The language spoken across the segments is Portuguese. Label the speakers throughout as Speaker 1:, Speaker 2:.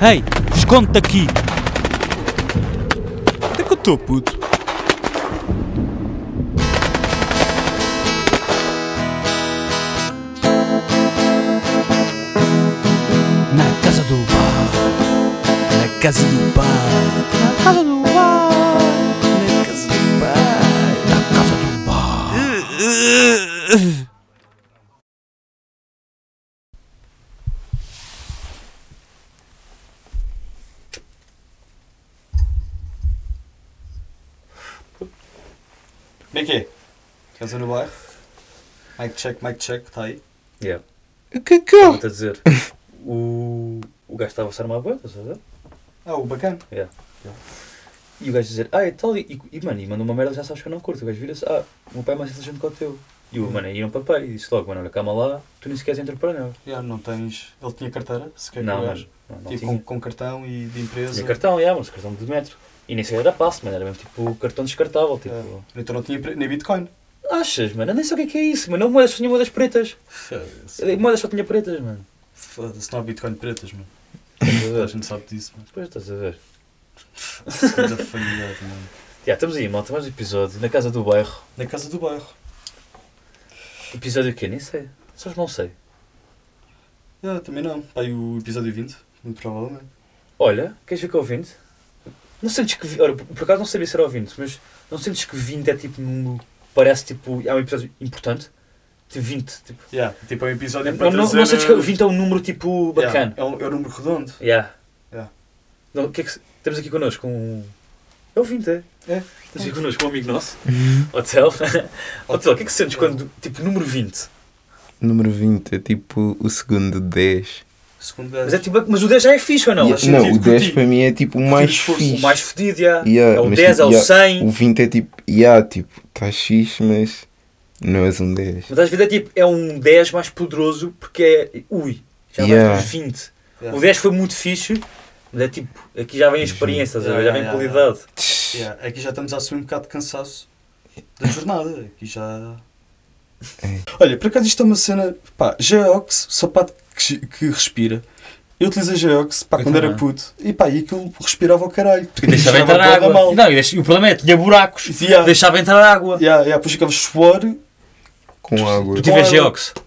Speaker 1: Ei, esconde-te aqui!
Speaker 2: Onde é que eu estou, puto?
Speaker 1: Na casa do bar!
Speaker 2: Na casa do pai.
Speaker 1: Na casa do bar!
Speaker 2: Na casa do pai.
Speaker 1: Na casa do bar!
Speaker 3: Como é que é? Estás no bairro? Mic check, mic check, está aí.
Speaker 4: Yeah.
Speaker 2: O que é que é?
Speaker 4: Vou-te a dizer. O, o gajo estava a ser uma boa, estás a ver?
Speaker 3: Ah, o bacana.
Speaker 4: Yeah. E o gajo dizer, ah, é tal. E, e, e, mano, e mandou uma merda, já sabes que eu não curto. O gajo vira-se, ah, o meu pai é mais inteligente que o teu. E o mano aí não papai e disse logo, mano, olha, calma lá, tu nem sequer entras para nós.
Speaker 3: Já não tens. Ele tinha carteira, se quer
Speaker 4: Não,
Speaker 3: que o
Speaker 4: mano,
Speaker 3: gajo.
Speaker 4: não, não
Speaker 3: Tipo
Speaker 4: tinha.
Speaker 3: com, com cartão e de empresa.
Speaker 4: Tinha cartão, yeah, mas cartão de metro. E nem sequer era passe, mano, era mesmo tipo cartão descartável, tipo.
Speaker 3: É. Então não tinha pre- nem Bitcoin.
Speaker 4: Achas, mano, eu nem sei o que é, que é isso, mano, não moedas, só tinha moedas pretas.
Speaker 3: Foda-se.
Speaker 4: Moedas só tinha pretas, mano.
Speaker 3: Foda-se, não há Bitcoin pretas, mano.
Speaker 4: Estás
Speaker 3: Toda
Speaker 4: a
Speaker 3: a
Speaker 4: ver?
Speaker 3: gente sabe disso, mano. é
Speaker 4: Pois estás a ver.
Speaker 3: Da familiar, mano.
Speaker 4: Já, estamos aí, malta, mais um episódio, na casa do bairro.
Speaker 3: Na casa do bairro.
Speaker 4: Episódio o quê? Nem sei. Só não sei.
Speaker 3: Ah, também não. Pá, e o episódio 20, muito provavelmente.
Speaker 4: Olha, queres ver que é o 20? Não sentes que. vi- Olha, por por acaso não sabia se era o 20, mas não sentes que 20 é tipo. um- Parece tipo. É um episódio importante? Tipo 20. Tipo,
Speaker 3: Yeah, tipo, é um episódio para
Speaker 4: não, não,
Speaker 3: trazer,
Speaker 4: não sentes que o
Speaker 3: uh,
Speaker 4: 20 é um número tipo
Speaker 3: yeah,
Speaker 4: bacana?
Speaker 3: É um, é um número redondo.
Speaker 4: Yeah.
Speaker 3: Yeah.
Speaker 4: Não, o que é que se- Temos aqui connosco um. É o 20, é?
Speaker 3: É.
Speaker 4: Temos aqui connosco um amigo nosso, Hotel. Hotel, o que é que sentes quando. Tipo, número 20?
Speaker 5: Número 20 é tipo o segundo 10.
Speaker 3: Segundo
Speaker 4: Mas, é tipo, mas o 10 já é fixe ou não?
Speaker 5: E-
Speaker 3: faz
Speaker 5: não, o
Speaker 3: sentido,
Speaker 5: 10
Speaker 3: curti.
Speaker 5: para mim é tipo o mais
Speaker 3: esforço,
Speaker 5: fixe.
Speaker 4: O mais fedido, yeah.
Speaker 5: Yeah,
Speaker 4: é o
Speaker 5: mas
Speaker 4: 10,
Speaker 5: tipo,
Speaker 4: é o
Speaker 5: yeah,
Speaker 4: 100.
Speaker 5: O 20 é tipo, yeah, tipo, estás fixe, mas não és um 10.
Speaker 4: Mas às vezes é tipo, é um 10 mais poderoso porque é. Ui, já
Speaker 5: Yeah.
Speaker 4: vai para os 20.
Speaker 3: Yeah.
Speaker 4: O 10 foi muito fixe, mas é tipo, aqui
Speaker 6: Uhum.
Speaker 4: já vem a experiência, estás a ver? já vem
Speaker 3: Yeah, yeah,
Speaker 4: qualidade.
Speaker 3: Yeah, aqui já estamos a assumir um bocado de cansaço da jornada. Aqui já. Olha, por acaso isto é uma cena. Pá, Geox, sapato que, gi- que respira. Eu utilizei Geox pá,
Speaker 6: Eu
Speaker 3: quando era
Speaker 6: também.
Speaker 3: puto e pá, e aquilo respirava ao caralho. Porque
Speaker 6: Deixava entrar
Speaker 3: bué da
Speaker 6: água.
Speaker 3: mal.
Speaker 6: Não, e deixa- e o problema é que tinha buracos.
Speaker 3: Yeah.
Speaker 6: Deixava entrar água.
Speaker 3: Yeah, yeah, depois ficava suor.
Speaker 5: Com água.
Speaker 6: Tu tiveste Geox. Ah.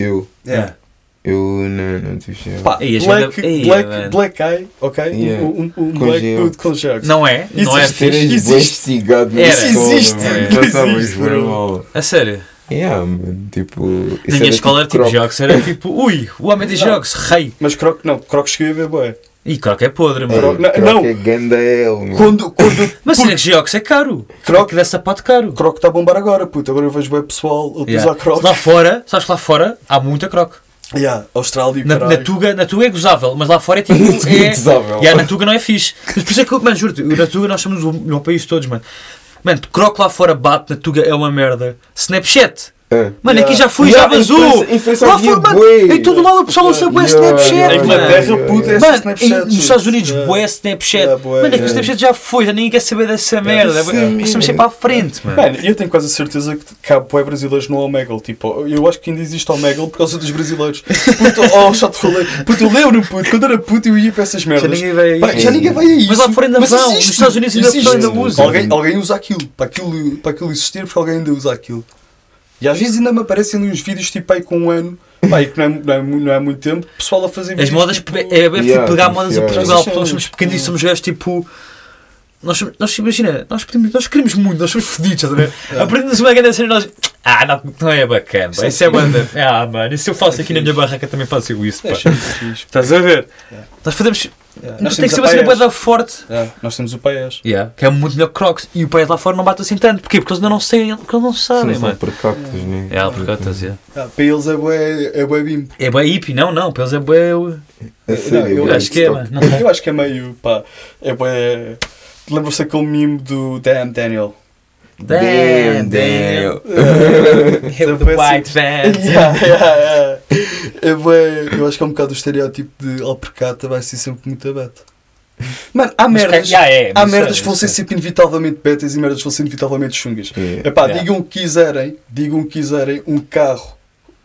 Speaker 5: Eu,
Speaker 3: Yeah.
Speaker 5: eu não, não tive gel.
Speaker 3: Pá,
Speaker 6: Ei, a
Speaker 3: black,
Speaker 6: gente- Ei,
Speaker 3: black,
Speaker 6: mano.
Speaker 3: black eye, ok? Um-
Speaker 5: Yeah.
Speaker 3: Um, um, um
Speaker 5: Com
Speaker 3: black
Speaker 5: Geox.
Speaker 3: dude com Geox.
Speaker 6: Não é? Não é
Speaker 5: Vocês terem
Speaker 6: fixe.
Speaker 5: bué estigado na
Speaker 6: Era.
Speaker 5: escola,
Speaker 3: Existe,
Speaker 5: mano.
Speaker 3: existe,
Speaker 5: Passavas bué
Speaker 3: bro.
Speaker 5: mal.
Speaker 2: é
Speaker 6: A sério.
Speaker 5: Yeah, mano, tipo... isso
Speaker 6: Na minha escola era tipo
Speaker 5: croc.
Speaker 6: Geox. Era tipo, ui, o homem tem
Speaker 3: Não.
Speaker 6: Geox, rei.
Speaker 3: Mas Croc não, Croc cheguei a ver, boé.
Speaker 6: E croc é podre,
Speaker 5: Ei,
Speaker 6: mano.
Speaker 3: Não,
Speaker 5: croc
Speaker 3: não.
Speaker 5: é ganda L, mano.
Speaker 3: Quando, quando
Speaker 6: Mas será que Geox é caro?
Speaker 3: Croc-
Speaker 6: Croc dá sapato caro.
Speaker 3: Croc está a bombar agora, puto, agora eu vejo bem pessoal a utilizar
Speaker 6: Yeah.
Speaker 3: Croc.
Speaker 6: Lá fora, sabes que lá fora há muita croc.
Speaker 3: Yeah, Austrália,
Speaker 6: Na, na
Speaker 3: caralho.
Speaker 6: Tuga, na Tuga é gozável, mas lá fora é tipo. é,
Speaker 5: Gozável.
Speaker 6: Yeah, na Tuga não é fixe. Mas por isso é que, eu- mano, juro-te, na Tuga nós somos o melhor país de todos, mano. Mano, croc lá fora bate, na Tuga é uma merda. Snapchat.
Speaker 5: Ah.
Speaker 6: Mano,
Speaker 3: Yeah.
Speaker 6: aqui já fui,
Speaker 5: Yeah,
Speaker 6: já vazou.
Speaker 5: influência- influência
Speaker 6: Lá
Speaker 5: havia
Speaker 6: fora, mano,
Speaker 5: bué.
Speaker 6: em todo lado o pessoal usa bué
Speaker 5: Yeah, yeah,
Speaker 6: Snapchat,
Speaker 3: A
Speaker 6: mano.
Speaker 3: Inglaterra, puto, é só
Speaker 6: Mano,
Speaker 3: Snapchat.
Speaker 6: em- nos Estados Unidos,
Speaker 3: Yeah.
Speaker 6: bué Snapchat.
Speaker 3: Yeah, bué,
Speaker 6: mano, aqui
Speaker 3: yeah.
Speaker 6: o Snapchat já foi, já ninguém quer saber dessa merda.
Speaker 5: Essa merda.
Speaker 6: Estamos sempre para a frente, mano.
Speaker 3: Mano, eu tenho quase a certeza que cá bué brasileiros no Omegle. Tipo, eu acho que ainda existe Omegle por causa dos brasileiros. Puto, oh, chato rolê. Puto, eu lembro, puto, quando era puto eu ia para essas merdas.
Speaker 6: Já ninguém vai.
Speaker 3: Pá, já ninguém vai a isso.
Speaker 6: Mas lá fora ainda vão,
Speaker 3: existe,
Speaker 6: nos Estados Unidos ainda
Speaker 3: existe.
Speaker 6: ainda usam.
Speaker 3: Alguém, alguém usa aquilo. Para, aquilo. para aquilo existir, porque alguém ainda usa aquilo. E às vezes ainda me aparecem ali uns vídeos tipo aí com um ano. Pá, e que não é, não é mu- não é muito tempo, pessoal a fazer
Speaker 6: As
Speaker 3: vídeos.
Speaker 6: modas.
Speaker 3: tipo,
Speaker 6: pe- É, é fui
Speaker 5: Yeah,
Speaker 6: pegar modas
Speaker 5: yeah.
Speaker 6: a Portugal, porque
Speaker 3: Yeah.
Speaker 6: nós somos pequeninos, somos gajos tipo. Nós, somos- nós imagina, nós, pedimos, nós queremos muito, nós somos fodidos, estás a ver? Aprendemos uma grande cena e nós. Ah, não, não é bacana, pá, isso é banda. Ah, mano, e se eu faço aqui na minha barraca também faço isso, pá. Estás a ver? Nós fazemos.
Speaker 3: Yeah,
Speaker 6: Nós
Speaker 3: nós
Speaker 6: tem que
Speaker 3: temos
Speaker 6: ser
Speaker 3: a
Speaker 6: uma cena
Speaker 3: Paes.
Speaker 6: banda forte.
Speaker 3: Yeah, nós temos o PAES.
Speaker 6: Que é muito melhor que Crocs. E o país lá fora não bate assim tanto. Porquê? Porque eles ainda não sabem, porque eles não
Speaker 5: São
Speaker 6: sabem,
Speaker 5: só
Speaker 6: mano.
Speaker 5: precocos, né?
Speaker 6: É, porque estás a
Speaker 3: Ah, para eles é bué, é bué bimbo.
Speaker 6: É bem hippie, não, não. Para eles é bem.
Speaker 5: A sério,
Speaker 3: eu
Speaker 5: mano,
Speaker 6: Acho que é,
Speaker 5: stop.
Speaker 6: mano. Não sei.
Speaker 3: Eu acho que é meio, pá, é bué... Lembram-se aquele meme do Damn Daniel?
Speaker 6: Damn, damn.
Speaker 3: Sempre
Speaker 6: The
Speaker 3: assim.
Speaker 6: white van.
Speaker 3: Yeah, yeah, yeah. É bué... Eu acho que é um bocado o estereótipo de "Oh, alpercata vai ser sempre muito abeto. Mano, há
Speaker 6: Mas,
Speaker 3: merdas...
Speaker 6: já é,
Speaker 3: Há
Speaker 6: mas
Speaker 3: merdas
Speaker 6: isso
Speaker 3: que vão ser
Speaker 6: é-
Speaker 3: sempre inevitavelmente betas e merdas que vão ser inevitavelmente chungas.
Speaker 5: É.
Speaker 3: Epá,
Speaker 6: Yeah.
Speaker 3: digam o que quiserem, digam o que quiserem, um carro,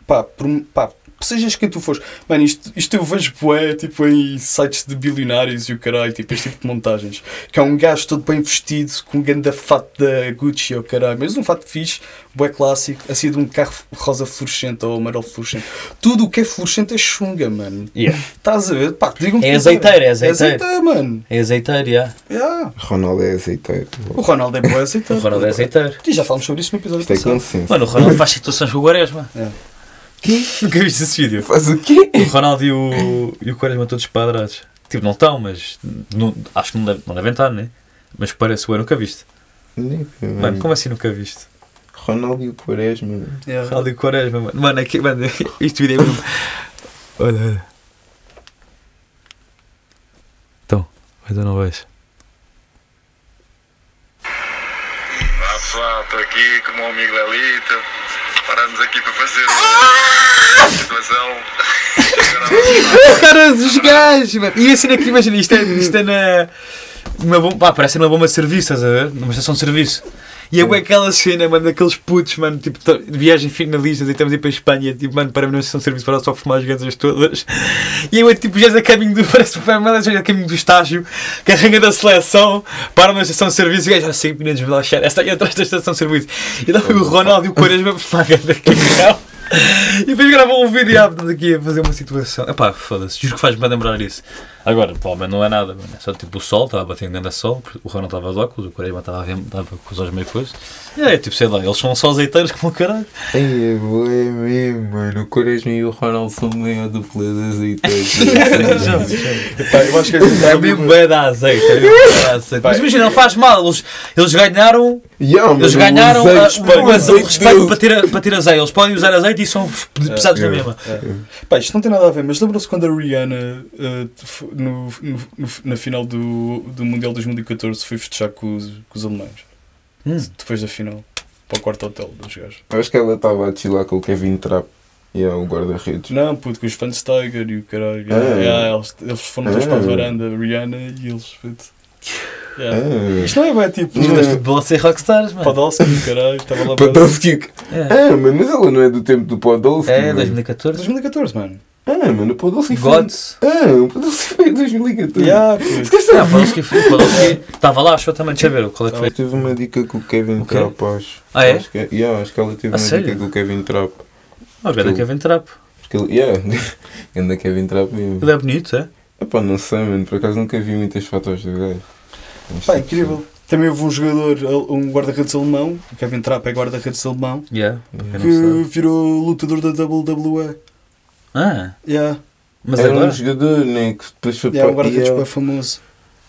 Speaker 3: pá, por, um- pá, sejas quem tu fores. Mano, isto, isto eu vejo bué, tipo, em sites de bilionários e o caralho, tipo, este tipo de montagens. Que é um gajo todo bem vestido, com um ganda fato da Gucci ou caralho, mas um fato fixe, bué clássico, assim de um carro rosa fluorescente ou amarelo fluorescente. Tudo o que é fluorescente é chunga, mano.
Speaker 6: Yeah.
Speaker 3: Estás a ver? Pá, digam
Speaker 6: É azeiteiro, é
Speaker 3: É
Speaker 6: azeiteiro.
Speaker 3: azeiteiro, mano.
Speaker 6: É azeiteiro, yeah.
Speaker 3: Yeah.
Speaker 5: Ronaldo é azeiteiro.
Speaker 3: O Ronaldo é bué
Speaker 4: O
Speaker 3: azeiteiro.
Speaker 4: Ronaldo é azeiteiro.
Speaker 3: E já falámos sobre isso no episódio
Speaker 5: Isto é
Speaker 3: passado.
Speaker 5: consenso.
Speaker 6: Mano, o Ronaldo faz situações com o Guaresma.
Speaker 3: É.
Speaker 4: Nunca viste esse vídeo?
Speaker 5: Faz o quê?
Speaker 4: O Ronaldo e o, e o Quaresma todos padrados. Tipo, não estão, mas não- acho que não, deve, não devem estar, né? Mas parece o nunca viste.
Speaker 5: Nem vi,
Speaker 3: Hum.
Speaker 4: Mano,
Speaker 5: mano.
Speaker 4: como assim nunca viste?
Speaker 5: Ronaldo e o Quaresma. mano.
Speaker 3: Yeah.
Speaker 4: Ronaldo e o Quaresma, mano. Mano, é que, mano, isto vídeo é mesmo. Olha, olha. Então, mas eu não vejo.
Speaker 7: Olá pessoal, estou aqui com o meu amigo Lelito. Paramos aqui para fazer a situação.
Speaker 6: Cara dos gajos, mano. E a cena que imagina, isto é, isto é na. Uma bomba, pá, parece uma bomba de serviço, estás a ver? Numa estação de serviço. E é bué aquela cena, mano, daqueles putos, mano, tipo, to- de viagem finalistas e estamos a ir para a Espanha, tipo, mano, para a estação de serviço para só fumar as gansas todas. E eu, tipo, já és a caminho do. Parece que já a caminho do estágio, carrega da seleção, para uma estação de serviço e o gajo "Ah, há 5 minutos, lá, cheira, esta aí atrás da estação de serviço. E dá o Ronaldo e o Quaresma é para fumar ganda cacau. E depois gravam um vídeo ah, estamos aqui a fazer uma situação. Epá, foda-se, juro que faz-me lembrar isso. Agora, provavelmente não é nada, mano. É só tipo o sol, estava batendo dentro a sol, porque o Ronaldo estava de óculos, o Quaresma estava a ver- estava com os olhos meio coisas. E é tipo, sei lá, eles são só azeiteiros como o caralho.
Speaker 5: Ei, é boé mesmo, mano. O Quaresma e o Ronaldo são a maior dupla de azeiteiros.
Speaker 3: Pá, eu acho que
Speaker 4: É mesmo bué da azeite, é mesmo bué da azeite.
Speaker 6: Mas imagina, não faz mal, eles, eles ganharam,
Speaker 5: yeah,
Speaker 6: eles
Speaker 5: mano,
Speaker 6: ganharam
Speaker 5: o
Speaker 6: a,
Speaker 5: azeite
Speaker 6: o,
Speaker 5: espanhol,
Speaker 6: azeite, o
Speaker 5: azeite
Speaker 6: respeito
Speaker 5: deles.
Speaker 6: para ter, para ter azeite. Eles podem usar azeite e são pesados
Speaker 5: É,
Speaker 6: na mesma.
Speaker 3: Pá, isto não tem nada a ver, mas lembram-se quando a Rihanna, eh, f- no, no- no- na final do, do Mundial 2014, foi festejar com os, com os alemães?
Speaker 6: Hum.
Speaker 3: Depois da final, para o quarto hotel dos gajos.
Speaker 5: Acho que ela estava a chilar com o Kevin Trapp. E é o guarda-redes.
Speaker 3: Não, puto, com os fans de Tiger e o caralho.
Speaker 5: Ah.
Speaker 3: Yeah, yeah, eles, eles foram todos
Speaker 5: Ah.
Speaker 3: para a varanda, a Rihanna e eles, puto. Yeah.
Speaker 5: Ah.
Speaker 3: Isto não é bem tipo.
Speaker 5: Não.
Speaker 6: Mas futebol a ser rockstars, mano.
Speaker 3: Podolski e o caralho, estava lá para.
Speaker 5: Ah, Podolski.
Speaker 6: É,
Speaker 5: Ah, mano, mas ela não é do tempo do Podolski.
Speaker 6: é
Speaker 5: mano.
Speaker 6: 2014.
Speaker 3: 2014, mano.
Speaker 5: Ah, mano, o Podolski foi.
Speaker 6: Gods.
Speaker 5: Ah, o Podolski foi em 2014.
Speaker 3: Yeah, puto.
Speaker 5: Esquece
Speaker 6: Ah, Podolski foi- Podolski estava lá, achou também, deixa eu ver qual é que foi.
Speaker 5: Ela Então, teve uma dica com o Kevin
Speaker 6: O quê?
Speaker 5: Trapp, acho.
Speaker 6: Ah, é?
Speaker 5: Acho que, yeah, acho que ela teve
Speaker 6: A
Speaker 5: uma
Speaker 6: sério?
Speaker 5: dica com o Kevin Trapp.
Speaker 6: Uma grande Ah, Kevin Trapp.
Speaker 5: Porque ele, yeah, anda Kevin Trapp mesmo.
Speaker 6: Ele é bonito, é?
Speaker 5: Epá, não sei, mano, por acaso nunca vi muitas fotos do gajo. Mas,
Speaker 3: Pá,
Speaker 5: tipo,
Speaker 3: incrível. Também houve um jogador, um guarda-redes alemão, o Kevin Trapp é guarda-redes alemão.
Speaker 6: Yeah.
Speaker 5: yeah.
Speaker 3: que virou lutador da WWE.
Speaker 6: Ah,
Speaker 3: Yeah.
Speaker 6: mas
Speaker 5: Era
Speaker 6: agora.
Speaker 5: um jogador, né, que depois foi
Speaker 3: Yeah, agora
Speaker 5: yeah.
Speaker 3: yeah. é famoso.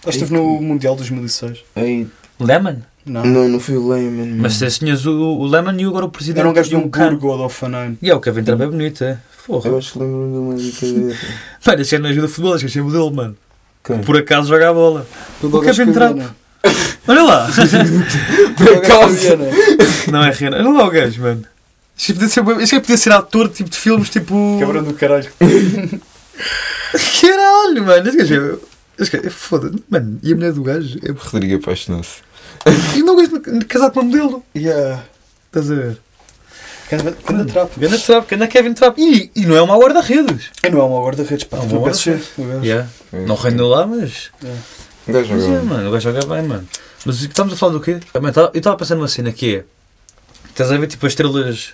Speaker 3: Acho que esteve no Mundial 2006.
Speaker 5: Ei,
Speaker 6: Lemon?
Speaker 3: Não.
Speaker 5: Não, não foi o Lehman, mano.
Speaker 6: Mas se tinhas o, o Lemon e agora o presidente.
Speaker 3: Era um gajo de
Speaker 6: e
Speaker 3: um
Speaker 6: can-
Speaker 3: burgo ou de Offenheim.
Speaker 6: E é o Kevin Trapp é bonito, é? Porra.
Speaker 5: Hum. Eu acho que lembro-me de uma dica dessa.
Speaker 6: Mano, este gajo não ajuda futebol, este gajo é modelo, mano.
Speaker 5: Quem?
Speaker 6: Por acaso joga a bola. O Kevin Trapp. Olha lá.
Speaker 5: acaso.
Speaker 6: Não é Rihanna. Olha lá o gajo, mano. Isto podia ser, isto podia ser ator tipo, de filmes tipo.
Speaker 3: Cabrão do caralho.
Speaker 6: Caralho, mano. Este gajo é. Este gajo é foda. Mano, e a mulher do gajo é.
Speaker 5: Rodrigo apaixonou-se.
Speaker 6: E não é um gajo casado com uma modelo.
Speaker 3: Yeah.
Speaker 6: Estás a ver?
Speaker 3: Quando Trapp.
Speaker 6: Ganda Trapp, ganda Kevin Trapp. E, e não é uma guarda-redes.
Speaker 3: É, não é uma guarda-redes, pá. assim.
Speaker 6: É uma
Speaker 3: Não,
Speaker 6: guarda-redes. Yeah. Não rendeu lá, mas.
Speaker 5: O gajo
Speaker 6: Mas é,
Speaker 5: jogava.
Speaker 6: mano, o gajo joga bem, mano. Mas o que estamos a falar do quê? Ah, mano, tá- Eu estava pensando numa cena que é. Estás a ver tipo as estrelas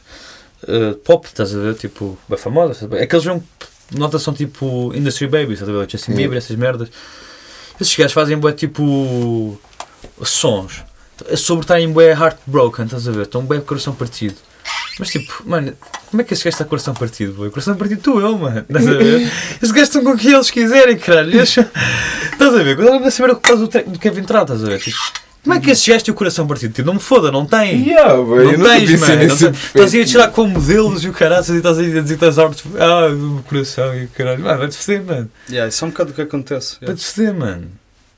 Speaker 6: eh, pop, estás a ver tipo bem famosas, estás a ver? aqueles vão notas são tipo Industry Babies, estás a ver? Justin
Speaker 5: Sim.
Speaker 6: Bieber, essas merdas. Esses gajos fazem bué tipo sons sobre estarem bué heartbroken, estás a ver? Estão bué de coração partido. Mas tipo, mano, como é que esse gajo está com o coração partido? Boy? Coração partido tu eu, mano. Estás a ver? Esses gajos estão com o que eles quiserem, caralho. Eles- Estás a ver? Quando eu não saber o que faz o tre- do Kevin Trapp, estás a ver? Tipo, como é que esse gajo tem o coração partido? Tipo, não me foda, não tem.
Speaker 5: Yeah, boy, eu
Speaker 6: Não
Speaker 5: nunca
Speaker 6: tens,
Speaker 5: pensei
Speaker 6: mano. Não
Speaker 5: nesse
Speaker 6: tens- Estás aí a tirar com modelos e o caraças e estás aí a dizer que estás arte. Ah, o coração e o caralho. Mano, vai-te foder, mano.
Speaker 3: Yeah, isso é um bocado o que acontece. Yeah.
Speaker 6: Vai-te foder, mano.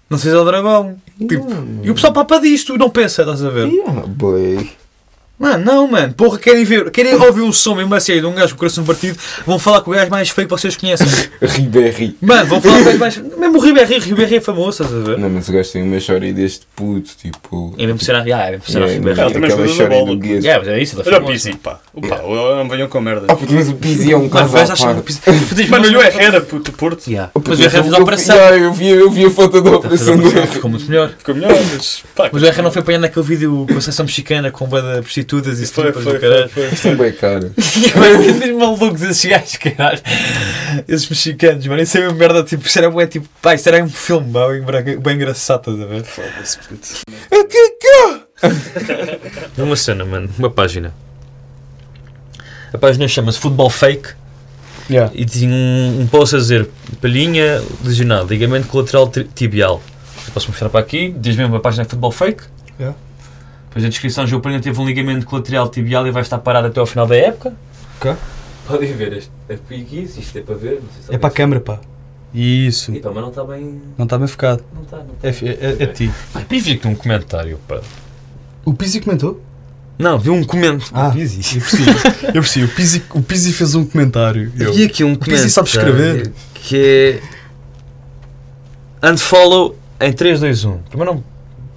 Speaker 6: Não sejas ao dragão. Tipo, e o pessoal papa disto, não pensa, estás a ver?
Speaker 5: Yeah, boy.
Speaker 6: Mano, não, mano. Porra, querem ver, querem ouvir o som mesmo a sério de um gajo com o coração partido, vão falar com o gajo mais feio que vocês conhecem.
Speaker 5: Ribéry.
Speaker 6: Mano, vão falar com o gajo mais. Mesmo o Ribéry, o Ribéry é famoso, estás a ver?
Speaker 5: Não, mas o gajo tem uma história deste puto, tipo.
Speaker 6: É mesmo ser a. Ah, é mesmo ser a
Speaker 5: Yeah,
Speaker 6: Ribéry.
Speaker 5: mano,
Speaker 3: Ele também
Speaker 5: aquela
Speaker 3: joga
Speaker 5: história
Speaker 3: bola.
Speaker 5: do Guedes.
Speaker 6: Yeah, mas é isso, ele é
Speaker 3: Olha o
Speaker 6: famoso.
Speaker 3: Pizzi, pá. Opa, não venham com merda.
Speaker 5: Ah, puto, mas o Pizzi é um
Speaker 6: Mano,
Speaker 5: caso
Speaker 6: vais
Speaker 5: à
Speaker 6: achar
Speaker 5: parte.
Speaker 6: que pedias
Speaker 3: Mano, olha o Herrera, puto, Porto.
Speaker 6: Yeah.
Speaker 5: Puto,
Speaker 6: Mas o RR fez a
Speaker 5: eu-
Speaker 6: operação.
Speaker 5: Yeah, Eu vi, eu vi a foto da
Speaker 6: Fez
Speaker 5: operação
Speaker 6: a
Speaker 5: do
Speaker 6: operação,
Speaker 5: RR.
Speaker 6: Ficou muito melhor.
Speaker 3: Ficou melhor, mas pá.
Speaker 6: Mas o RR não foi apanhado naquele vídeo com a seleção mexicana com banda de prostitutas e
Speaker 3: Foi,
Speaker 6: strippers
Speaker 3: foi,
Speaker 6: do
Speaker 3: foi.
Speaker 6: caralho.
Speaker 3: foi.
Speaker 5: São bem caras.
Speaker 6: Esses malucos, esses gajos, caralho. Esses mexicanos, mano. Isso é uma merda. Tipo, isso era, bué, tipo, pá, isso era um filme pá, bem, bra- bem engraçado, estás a ver?
Speaker 3: Foda-se, puto.
Speaker 6: É Uma cena, mano. Uma página. A página chama-se Futebol Fake.
Speaker 3: Yeah.
Speaker 6: E tinha um, um post a dizer palhinha lesionada, ligamento colateral tri- tibial. Eu posso mostrar para aqui, diz mesmo a página de futebol fake.
Speaker 3: Yeah.
Speaker 6: Depois a descrição: João Palhinha teve um ligamento colateral tibial e vai estar parado até ao final da época.
Speaker 3: Ok.
Speaker 4: Podem ver este. Aqui, se isto é para ver, não sei se
Speaker 3: É para a câmera, pá. Isso.
Speaker 4: Epá, mas não está bem.
Speaker 3: Não está bem focado.
Speaker 4: Não está, não
Speaker 3: É, é, é, é ti.
Speaker 6: Pai, depois vi aqui um comentário, pá.
Speaker 3: O Pizzi comentou?
Speaker 6: Não, vi um comento.
Speaker 3: Ah,
Speaker 6: Pizzi.
Speaker 3: eu percebi. Eu percebi. O Pizzi, o Pizzi fez um comentário. Eu.
Speaker 6: Vi aqui um comentário.
Speaker 3: Pizzi sabe escrever.
Speaker 6: Que é. Unfollow em 3, 2, 1. Primeiro não.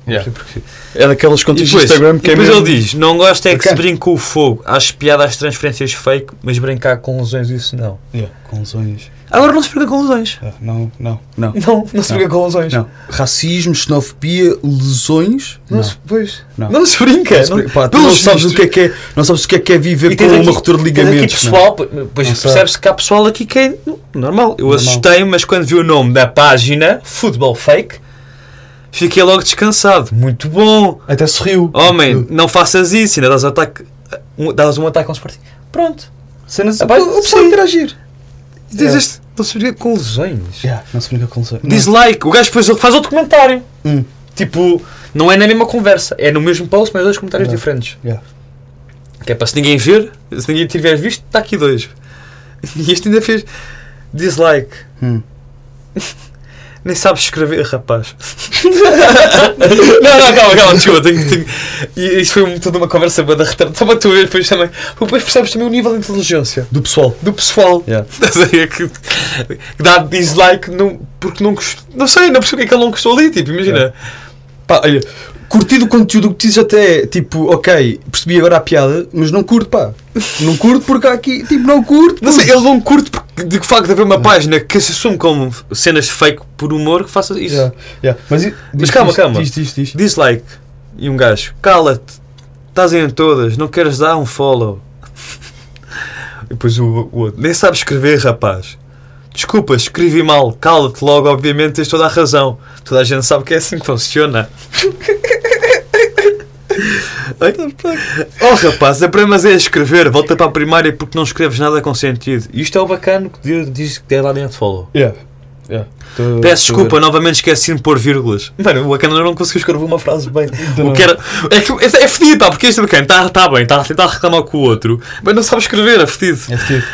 Speaker 3: Yeah.
Speaker 6: Não sei porquê.
Speaker 3: É daquelas
Speaker 6: E
Speaker 3: contas do
Speaker 6: depois,
Speaker 3: Instagram que
Speaker 6: e
Speaker 3: é
Speaker 6: depois
Speaker 3: mesmo...
Speaker 6: ele diz: Não gosto é que
Speaker 3: Ok.
Speaker 6: se brinque com o fogo. Acho piada às transferências fake, mas brincar com lesões, isso não.
Speaker 3: Yeah, com lesões.
Speaker 6: Agora não se brinca com lesões.
Speaker 3: Ah, Não, não, não.
Speaker 6: Não, não se
Speaker 3: Não.
Speaker 6: brinca com lesões.
Speaker 3: Não. Racismo, xenofobia, lesões.
Speaker 6: Não se- pois.
Speaker 3: Não.
Speaker 6: Não se brinca.
Speaker 3: Não,
Speaker 6: não-
Speaker 3: pá, tu
Speaker 6: pelos
Speaker 3: não sabes
Speaker 6: vistos.
Speaker 3: o que é que é, não sabes o que é, que é viver
Speaker 6: E
Speaker 3: com
Speaker 6: tens
Speaker 3: uma
Speaker 6: aqui-
Speaker 3: ruptura de
Speaker 6: tens aqui
Speaker 3: ligamentos. não. é?
Speaker 6: pessoal, pois
Speaker 3: Não sei.
Speaker 6: percebes que há pessoal aqui que é no- normal. Eu
Speaker 3: Normal.
Speaker 6: assustei-me, mas quando vi o nome da página, Futebol Fake, fiquei logo descansado. Muito bom.
Speaker 3: Até sorriu.
Speaker 6: Homem, não faças isso. Ainda dás, ataque, um, dás um ataque ao Sporting. Pronto.
Speaker 3: Cenas,
Speaker 6: Rapaz,
Speaker 3: o pessoal
Speaker 6: sim. É.
Speaker 3: interagir.
Speaker 6: E Diz este, não se brinca com lesões.
Speaker 3: Yeah, não se brinca com lesões. Não.
Speaker 6: Dislike. O gajo depois faz outro comentário.
Speaker 3: Hum.
Speaker 6: Tipo, não é na mesma conversa. É no mesmo post, mas dois comentários
Speaker 3: Não.
Speaker 6: diferentes.
Speaker 3: Yeah.
Speaker 6: Que é para se ninguém ver, se ninguém tiver visto, está aqui dois. E este ainda fez dislike.
Speaker 3: Hum.
Speaker 6: Nem sabes escrever, rapaz. não, não, calma, calma, desculpa. Tenho, tenho... E isto foi toda uma conversa boa da retarda. Estava tu a ver depois também. Depois percebes também o nível de inteligência
Speaker 3: Do pessoal.
Speaker 6: do pessoal.
Speaker 3: Yeah.
Speaker 6: Estás a ver que, que dá dislike não, porque não gostou. Não sei, não percebo porque é que ele não gostou ali. Tipo, imagina.
Speaker 3: Pá, olha, curti do conteúdo que dizes até, tipo, ok, percebi agora a piada, mas não curto, pá. Não curto porque há aqui, tipo, não curto.
Speaker 6: Não sei, ele não curte porque de facto haver uma página que se assume como cenas fake por humor que faça isso.
Speaker 3: Yeah, yeah. Mas, i-
Speaker 6: Mas
Speaker 3: diz,
Speaker 6: calma,
Speaker 3: diz,
Speaker 6: calma.
Speaker 3: Diz, diz, diz.
Speaker 6: Dislike. E um gajo, cala-te, estás em todas, não queres dar um follow. E depois o, o outro, nem sabes escrever, rapaz. Desculpa, escrevi mal, cala-te logo, obviamente tens toda a razão. Toda a gente sabe que é assim que funciona. Ai. oh rapaz, aprendas a escrever, volta para a primária porque não escreves nada com sentido. Isto é o bacana que diz- diz que é lá dentro follow.
Speaker 3: Yeah. Yeah.
Speaker 6: Peço
Speaker 3: Tô- tô a ver.
Speaker 6: desculpa, novamente esqueci de pôr vírgulas. Mano, o bacana não conseguiu escrever uma frase bem. O que era. É, que- é, é fedido, pá, porque este bacana está tá bem, está a tentar reclamar com o outro, mas não sabe escrever, é fedido.
Speaker 3: É fedido.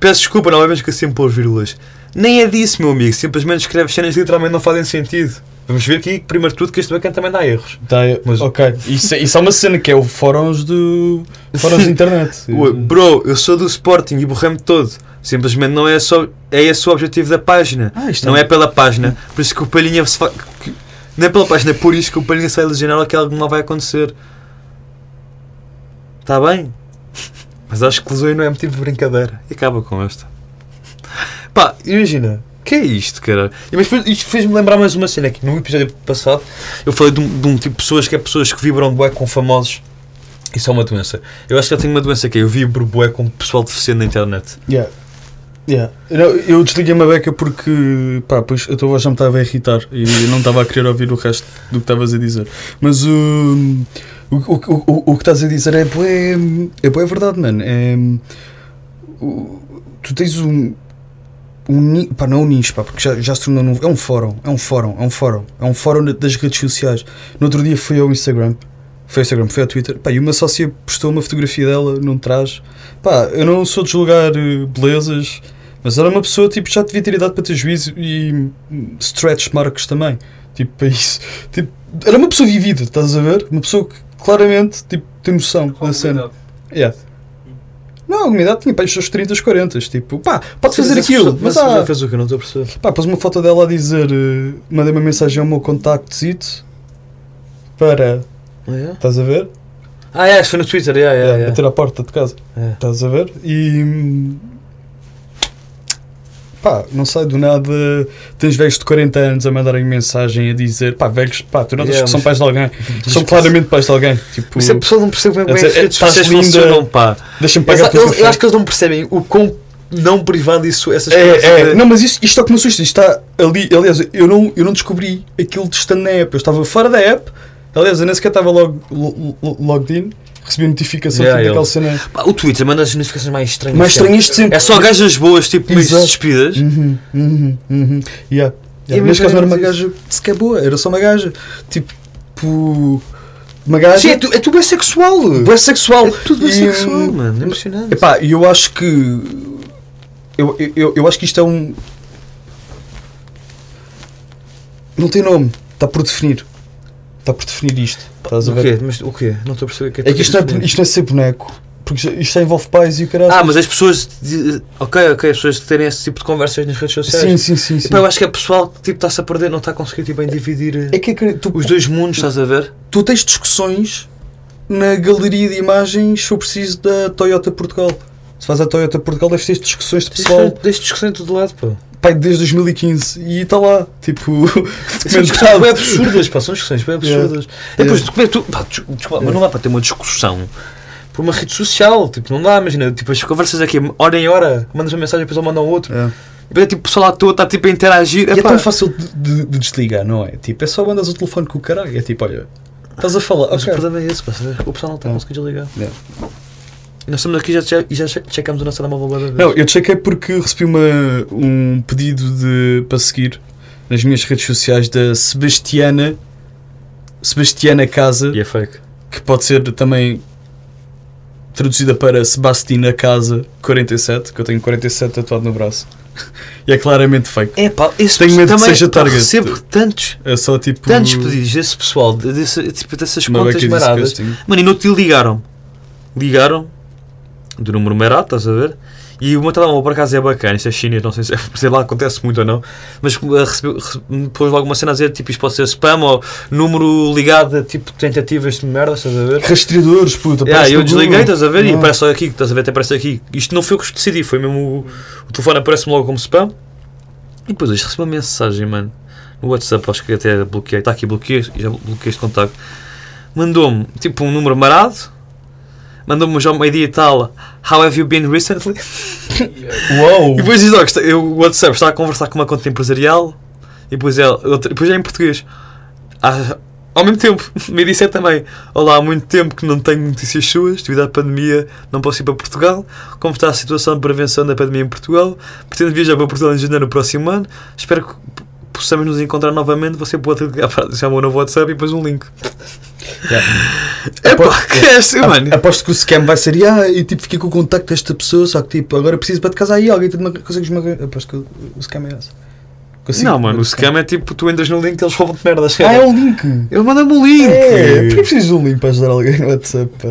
Speaker 6: Peço desculpa, é novamente esqueci de pôr vírgulas. Nem é disso, meu amigo, simplesmente escreves cenas que literalmente não fazem sentido. Vamos ver aqui, primeiro de tudo, que este bacana também dá erros.
Speaker 3: Tá,
Speaker 6: Mas-
Speaker 3: ok. Isso, isso é uma cena que é o fóruns do. Fóruns de internet.
Speaker 6: Ui, Bro, eu sou do Sporting e borrei-me todo. Simplesmente não é só. É esse o objetivo da página.
Speaker 3: Ah, isto
Speaker 6: Não é pela página, por isso que o Palhinha se fa... que- Não é pela página, é por isso que o Palhinha sai lesionado que algo mal vai acontecer. Está bem? Mas acho que lesões não é motivo de brincadeira. E acaba com esta. Pá, imagina. Que é isto, caralho? E Mas depois isto fez-me lembrar mais uma cena que no episódio passado eu falei de um, de um tipo de pessoas que é pessoas que vibram bué com famosos. Isso é uma doença. Eu acho que eu tenho uma doença que é eu vibro bué com pessoal deficiente na internet.
Speaker 3: Yeah. Yeah. Não, eu desliguei-me a beca porque pá, pois a tua voz já me estava a irritar e eu não estava a querer ouvir o resto do que estavas a dizer. Mas hum, o, o, o, o- o que estás a dizer é bué, é, bué verdade, mano. É, hum, o- tu tens um. um ni- pá, não é um nicho, pá, porque já, já se tornou num, É um fórum, é um fórum, é um fórum. É um fórum das redes sociais. No outro dia fui ao Instagram. Foi ao Instagram, foi ao Twitter. Pá, e uma sócia postou uma fotografia dela num traje Pá, eu não sou de julgar eh, belezas, mas era uma pessoa tipo já devia ter idade para ter juízo e hum, stretch marks também. Tipo, para isso. Tipo, era uma pessoa vivida, estás a ver? Uma pessoa que claramente tipo, tem noção da cena. Yeah. Não, alguma idade tinha para os seus 30, 40. Tipo, pá, pode
Speaker 6: é
Speaker 3: fazer aquilo, mas
Speaker 6: já
Speaker 3: há.
Speaker 6: fez o que? Não estou a perceber.
Speaker 3: Pá, pôs uma foto dela a dizer. eh, mandei uma mensagem ao meu contacto para. Estás a ver?
Speaker 6: Ah, é, isso foi no Twitter, yeah, yeah,
Speaker 3: Yeah,
Speaker 6: yeah.
Speaker 3: Bater à porta de casa.
Speaker 6: É.
Speaker 3: Estás a ver? E. hum, Pá, não sei, do nada tens velhos de 40 anos a mandarem mensagem a dizer pá, velhos, pá, tu notas
Speaker 6: Yeah,
Speaker 3: que são
Speaker 6: mas-
Speaker 3: pais de alguém, são claramente pais de alguém, tipo,
Speaker 6: Mas a pessoa não percebe bem como é que
Speaker 3: Quer
Speaker 6: as
Speaker 3: dizer,
Speaker 6: redes
Speaker 3: estás
Speaker 6: sociais
Speaker 3: linda-
Speaker 6: funcionam, pá.
Speaker 3: deixa-me
Speaker 6: Eles-
Speaker 3: pagar pelo
Speaker 6: eles-
Speaker 3: café.
Speaker 6: eu acho que eles não percebem o quão não privado isso, essas coisas.
Speaker 3: É, é,
Speaker 6: de-
Speaker 3: não, mas isto, isto é o que me assusta. Isto está ali. Aliás, eu não, eu não descobri aquilo de estando na app. Eu estava fora da app. Aliás, eu nem sequer estava log, lo- lo- logged in. Recebi notificação
Speaker 6: Yeah,
Speaker 3: tipo, daquela
Speaker 6: ele-
Speaker 3: cena.
Speaker 6: Pá, O Twitter manda as notificações mais estranhas.
Speaker 3: Mais
Speaker 6: sempre.
Speaker 3: estranho isto sempre.
Speaker 6: É só gajas boas, tipo, meio
Speaker 3: Exato.
Speaker 6: despidas.
Speaker 3: Uhum, uhum, uhum. Yeah, yeah.
Speaker 6: Eu
Speaker 3: Mas caso não era uma
Speaker 6: imagino
Speaker 3: gaja sequer boa, era só uma gaja. Tipo. Uma gaja.
Speaker 6: Sim, é tu, é tu bem sexual.
Speaker 3: bué sexual.
Speaker 6: É tudo bem
Speaker 3: E,
Speaker 6: sexual,
Speaker 3: hum,
Speaker 6: mano. É impressionante.
Speaker 3: Epá, e eu acho que. Eu, eu- eu, eu acho que isto é um. Não tem nome. Está por definir. Está por definir isto. Estás a
Speaker 6: o
Speaker 3: ver?
Speaker 6: quê? Mas o quê? Não estou a perceber o que é
Speaker 3: É que isto é- não é, isto não é ser boneco. Porque isto- é- isto já envolve pais e o caralho.
Speaker 6: Ah, mas as pessoas. de- Ok, ok, as pessoas que terem esse tipo de conversas nas redes sociais.
Speaker 3: sim, sim, sim. sim.
Speaker 6: Epá, eu acho que é pessoal que tipo, está-se a perder, não está a conseguir tipo, bem dividir eh,
Speaker 3: É que acre- tu,
Speaker 6: os dois mundos, estás a ver?
Speaker 3: tu tens discussões na galeria de imagens, se eu preciso da Toyota Portugal. Se faz a Toyota Portugal, deves ter discussões de pessoal.
Speaker 6: Deixa discussão em todo lado, pá.
Speaker 3: Pai, desde 2015. E está lá. Tipo.
Speaker 6: São discussões bem absurdas, pá. São discussões bem absurdas. É, depois, tu, tu, pá, des- desculpa, mas não dá para ter uma discussão por uma rede social. Tipo, não dá, imagina. Tipo, as conversas aqui, hora em hora, mandas uma mensagem, depois ele manda um outro.
Speaker 3: É.
Speaker 6: E depois é tipo, o pessoal lá à toa está tipo, a interagir.
Speaker 3: E é
Speaker 6: Epá,
Speaker 3: tão fácil de, de- de desligar, não é? Tipo, é só mandas o telefone com o caralho. É tipo, olha, estás a falar.
Speaker 6: Mas
Speaker 3: ok.
Speaker 6: o problema é esse, pá. sabe? O pessoal não está a conseguir desligar.
Speaker 3: É.
Speaker 6: E Nós estamos aqui já- já- e já, che- checamos o nosso telemóvel bué da vez.
Speaker 3: Não, eu chequei porque recebi uma, um pedido de, para seguir nas minhas redes sociais da Sebastiana. Sebastiana Casa,
Speaker 6: E é fake.
Speaker 3: que pode ser também traduzida para Sebastina Casa 47, que eu tenho 47 tatuado no braço. e é claramente fake.
Speaker 6: É pá, esse
Speaker 3: Tenho medo que
Speaker 6: também
Speaker 3: seja target.
Speaker 6: recebo tantos,
Speaker 3: É só tipo.
Speaker 6: tantos pedidos desse pessoal, de- desse, tipo, dessas
Speaker 3: uma
Speaker 6: contas
Speaker 3: beca de
Speaker 6: maradas.
Speaker 3: disgusting.
Speaker 6: Mano, e no outro dia ligaram-me. Ligaram do número merado, estás a ver? E o meu telemóvel por acaso é bacana, isto é chinês, não sei se sei lá, acontece muito ou não, mas eh, recebeu, rece- me pôs logo uma cena a dizer tipo isto pode ser spam ou número ligado a tipo tentativas de merda, estás a ver?
Speaker 3: Rastreadores, puta.
Speaker 6: Ah,
Speaker 3: aparece
Speaker 6: eu
Speaker 3: no Google.
Speaker 6: desliguei, estás a ver? E
Speaker 3: Não.
Speaker 6: aparece aqui, estás a ver? Até aparece aqui. Isto não foi o que eu decidi, foi mesmo o, o telefone aparece-me logo como spam. E depois hoje recebi uma mensagem, mano, no WhatsApp, acho que até bloqueei, está aqui, bloqueei, já bloqueei este contacto. Mandou-me, tipo, um número marado, mandou-me já ao meio-dia e tal, How have you been recently?
Speaker 3: Uou!
Speaker 6: E depois diz, ó, que está- eu- o WhatsApp está a conversar com uma conta empresarial e depois é, outra- depois é em português. Ah, ao mesmo tempo, me disse também: Olá, há muito tempo que não tenho notícias suas, devido à pandemia não posso ir para Portugal. Como está a situação de prevenção da pandemia em Portugal? Pretendo viajar para Portugal em janeiro do próximo ano. Espero que possamos nos encontrar novamente. Você pode ligar para deixar o meu novo WhatsApp e depois um link. É pá, que é este, mano?
Speaker 3: Aposto que o scam vai ser, ah, e tipo, fiquei com o contacto desta pessoa, só que tipo, agora preciso para te casar e alguém te de uma, consegues uma. Aposto que o- o scam é esse. Consigo-
Speaker 6: Não, mano, o scam é tipo: tu entras no link e eles roubam-te merdas.
Speaker 3: Ah,
Speaker 6: cara.
Speaker 3: é um link!
Speaker 6: Ele manda-me um link!
Speaker 3: É, porque preciso de um link para ajudar alguém no WhatsApp. pá?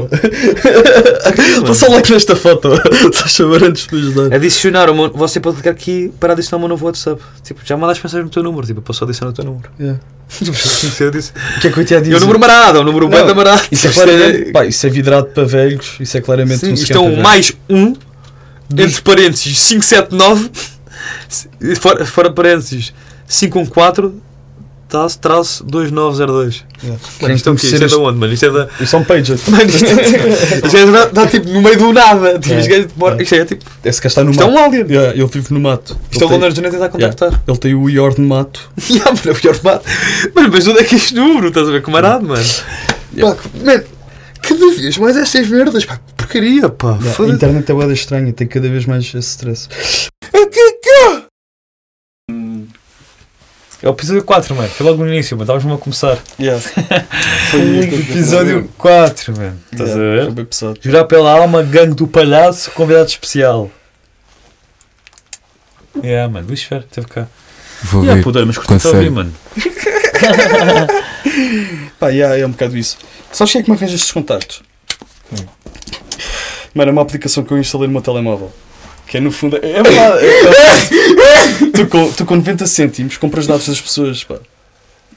Speaker 3: Passa o like nesta foto, estás a ver antes de ajudar.
Speaker 6: Adicionar o meu, você pode clicar aqui para adicionar o meu novo WhatsApp. Tipo, já mandaste mensagem no teu número, tipo, eu posso adicionar o teu número.
Speaker 3: Yeah.
Speaker 6: Isso eu disse.
Speaker 3: O que é que eu te ia
Speaker 6: E
Speaker 3: dizer?
Speaker 6: o número marado, é um número bem
Speaker 3: Não,
Speaker 6: da marado.
Speaker 3: Isso é claramente. Pá, isso é vidrado para velhos, isso é claramente
Speaker 6: Sim,
Speaker 3: um
Speaker 6: isto
Speaker 3: scam.
Speaker 6: é
Speaker 3: para
Speaker 6: um
Speaker 3: velhos.
Speaker 6: mais um, entre parênteses, 579, e fora, fora parênteses, 514, traço, traço 2902. Mano, isto é o quê? Isto é da onde, mano? Isto é da.
Speaker 3: Isso é um pager.
Speaker 6: Mano, isto é, isto é da- dá tipo no meio do nada. Tipo, isto é, bora- isto é tipo.
Speaker 3: Esse gajo está no
Speaker 6: Isto é
Speaker 3: mato.
Speaker 6: um alien.
Speaker 3: Yeah, ele vive no
Speaker 6: Isto é
Speaker 3: mato.
Speaker 6: o
Speaker 3: Ele tem-
Speaker 6: Leonardo Janeiro a tentar contactar.
Speaker 3: Ele tem o IOR no mato.
Speaker 6: Ya, mano, é o pior mato. Mano, mas onde é que é este número? Estás a ver com marado, mano? Pá, que- mano, cada vez mais estas merdas, pá, que porcaria, pá.
Speaker 3: Yeah, a
Speaker 6: foda-se.
Speaker 3: internet é boeda estranha, tem cada vez mais esse stress.
Speaker 6: É o episódio 4, mano. Foi logo no início, mas estávamos mesmo a começar. episódio 4, mano. Estás a ver?
Speaker 3: bem pesado.
Speaker 6: Jurar pela alma, gangue do palhaço, convidado especial. É, mano, Luís Fer, teve cá.
Speaker 5: Vou
Speaker 6: Ya,
Speaker 5: ver.
Speaker 6: puta, mas curti-te a ouvir,
Speaker 5: consegue.
Speaker 6: mano.
Speaker 8: Pá, yeah, é um bocado isso. Sabes quem é que me arranja estes contactos? Mano, é uma aplicação que eu instalei no meu telemóvel. Que é no fundo. É é verdade. é- é- tu, com, tu com 90 cêntimos compras dados das pessoas, pá.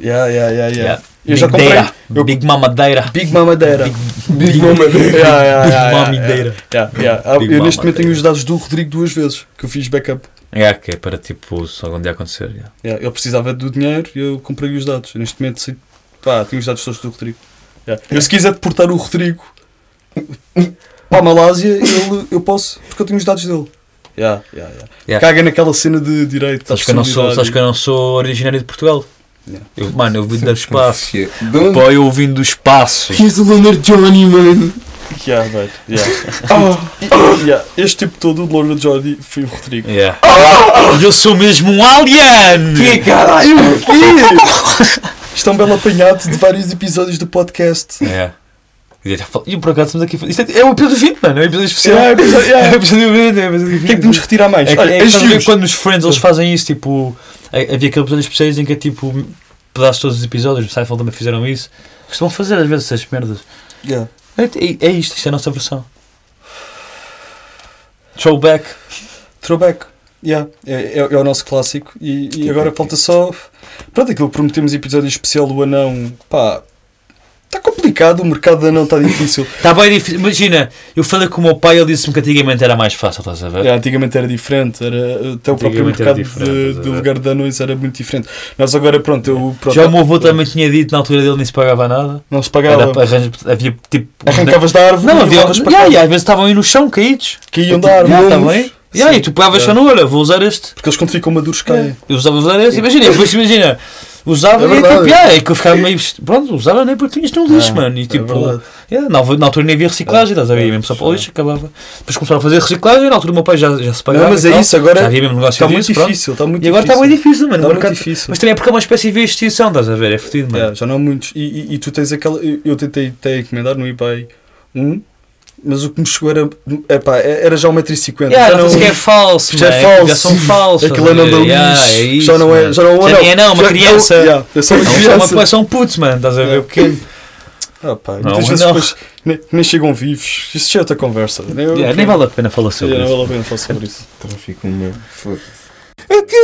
Speaker 8: Yeah, yeah, yeah, yeah.
Speaker 6: Yeah.
Speaker 3: Eu já comprei.
Speaker 6: Deira.
Speaker 3: Eu-
Speaker 6: Big Mamadeira.
Speaker 3: Big Mamadeira. Big Mamadeira. Yeah, yeah, yeah, yeah,
Speaker 6: Mamadeira.
Speaker 3: yeah, yeah. Ah,
Speaker 6: Big
Speaker 3: Eu neste
Speaker 6: Mamadeira.
Speaker 3: momento tenho os dados do Rodrigo duas vezes, que eu fiz backup.
Speaker 6: É, que é para tipo, se algum dia acontecer. yeah.
Speaker 3: Yeah, É, ele precisava do dinheiro e eu comprei os dados. Eu neste momento sei. Pá, tenho os dados todos do Rodrigo. Yeah. Eu se quiser deportar o Rodrigo para a Malásia, ele- eu posso, porque eu tenho os dados dele. Yeah, yeah, yeah.
Speaker 6: Yeah.
Speaker 3: Caga naquela cena de direito.
Speaker 6: É. Sabes que, eu não sou, sabes que eu não sou originário de Portugal.
Speaker 3: Yeah.
Speaker 6: Eu, mano, eu vim do espaço.
Speaker 5: Shit. Don't
Speaker 6: Pô, eu vim do espaço.
Speaker 5: Here's the Loner Johnny, mano.
Speaker 3: Yeah, mate, yeah. Ah. Yeah, Este tipo todo, o Loura Jordi, foi o Rodrigo.
Speaker 6: Yeah. Eu sou mesmo um alien!
Speaker 5: Que caralho?
Speaker 3: Isto é um belo apanhado de vários episódios do podcast.
Speaker 6: É. E já fal- e por acaso estamos aqui a falar. Isto é, é o episódio 20, mano. É um episódio especial.
Speaker 3: Yeah, episódio- yeah.
Speaker 6: É um episódio 20, é um episódio 20.
Speaker 3: O que é que temos de retirar mais?
Speaker 6: É, que-
Speaker 3: Olha,
Speaker 6: é que
Speaker 3: as
Speaker 6: estás a ver
Speaker 3: views.
Speaker 6: quando nos Friends eles fazem isso, tipo. é- Havia aqueles episódios especiais em que é tipo. Pedaços de todos os episódios, o Seinfeld também fizeram isso. Costumam fazer às vezes essas merdas.
Speaker 3: Yeah.
Speaker 6: É, é- é isto, isto é a nossa versão. Throwback.
Speaker 3: Throwback. Yeah, é, é, é o nosso clássico. E, e agora falta só. Pronto, aquilo que prometemos episódio especial do anão. Pá. Está complicado, o mercado de anão está difícil.
Speaker 6: Está Tá bem difícil. Imagina, eu falei com o meu pai ele disse-me que antigamente era mais fácil, estás a ver?
Speaker 3: Yeah, É, antigamente era diferente, era, até o próprio
Speaker 6: Antigamente era
Speaker 3: mercado
Speaker 6: diferente,
Speaker 3: de,
Speaker 6: estás a
Speaker 3: do
Speaker 6: ver?
Speaker 3: lugar de anões era muito diferente. Nós agora, pronto, eu, pronto
Speaker 6: Já o meu avô também tinha dito na altura dele nem se pagava nada.
Speaker 3: não se
Speaker 6: Era,
Speaker 3: pagava.
Speaker 6: arranja- havia tipo.
Speaker 3: Arrancavas da árvore,
Speaker 6: Não,
Speaker 3: e
Speaker 6: havia.
Speaker 3: levavas para
Speaker 6: Yeah,
Speaker 3: casa.
Speaker 6: yeah, às vezes estavam aí no chão caídos.
Speaker 3: Caíam da árvore.
Speaker 6: Yeah, tá
Speaker 3: Lumos.
Speaker 6: bem. Yeah,
Speaker 3: Sim.
Speaker 6: e tu pegavas só na hora, vou usar este.
Speaker 3: Porque eles quando ficam maduros caem. Tá
Speaker 6: Eu usava usar esse, imagina, depois imagina, usava
Speaker 3: É
Speaker 6: e
Speaker 3: verdade. Ah, é
Speaker 6: tipo, yeah, é que eu ficava meio. Pronto, usava nem porque tinhas no lixo, mano. E tipo,
Speaker 3: verdade. Ah, é,
Speaker 6: yeah, na, alva- na altura nem havia reciclagem, estás a ver? Ia mesmo só para o lixo, acabava. Depois começaram a fazer reciclagem, na altura o meu pai já, já se pagava.
Speaker 3: Não, mas
Speaker 6: e
Speaker 3: é
Speaker 6: tal.
Speaker 3: isso, agora
Speaker 6: Já havia mesmo negócio
Speaker 3: Está muito
Speaker 6: disso, é pronto.
Speaker 3: difícil, está muito
Speaker 6: E agora está
Speaker 3: difícil.
Speaker 6: bem difícil, mano.
Speaker 3: Está
Speaker 6: o
Speaker 3: muito
Speaker 6: mercado-
Speaker 3: difícil.
Speaker 6: Mas também é porque é uma espécie de extinção, estás a ver? É fodido, mano.
Speaker 3: É, já não há muitos. E, e- e tu tens aquela. Eu eu tentei até encomendar no eBay um, mas o que me chegou era. Epá, é- era já 1,50m.
Speaker 6: Yeah,
Speaker 3: já
Speaker 6: não, isso que é falso,
Speaker 3: já
Speaker 6: mano,
Speaker 3: é
Speaker 6: que
Speaker 3: falso.
Speaker 6: Já são falsos.
Speaker 3: Aquilo é não da luz.
Speaker 6: Yeah, é isso,
Speaker 3: já não é.
Speaker 6: mano.
Speaker 3: Já não,
Speaker 6: Já nem é, não, uma
Speaker 3: Já-
Speaker 6: criança.
Speaker 3: yeah, é só uma
Speaker 6: Não, são uma- é
Speaker 3: criança.
Speaker 6: São putos, mano, estás a ver?
Speaker 3: Yeah.
Speaker 6: Porque
Speaker 3: Ah, pá,
Speaker 6: Não,
Speaker 3: muitas vezes
Speaker 6: não.
Speaker 3: depois nem, nem chegam vivos. Isso já é outra conversa.
Speaker 6: Yeah, nem vale a pena falar sobre
Speaker 3: Yeah,
Speaker 6: isso.
Speaker 3: não vale a pena falar sobre isso.
Speaker 5: Tráfico, mano. Foda-se.
Speaker 9: Aqui